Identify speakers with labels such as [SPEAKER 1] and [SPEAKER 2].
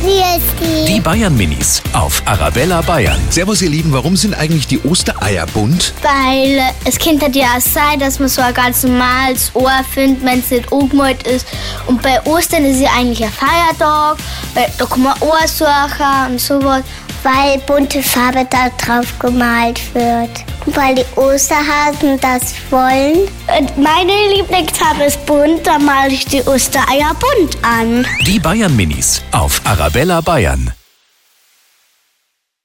[SPEAKER 1] Hier ist
[SPEAKER 2] Die Bayern Minis auf Arabella Bayern.
[SPEAKER 3] Servus ihr Lieben, warum sind eigentlich die Ostereier bunt?
[SPEAKER 1] Weil es könnte ja auch sein, dass man so ein ganz normales Ohr findet, wenn es nicht angemalt ist. Und bei Ostern ist ja eigentlich ein Feiertag, weil da kann man Ohr suchen und sowas. Weil bunte Farbe da drauf gemalt wird. Weil die Osterhasen das wollen. Und meine Lieblingsfarbe ist bunt, da male ich die Ostereier bunt an.
[SPEAKER 2] Die Bayern Minis auf Arabella Bayern.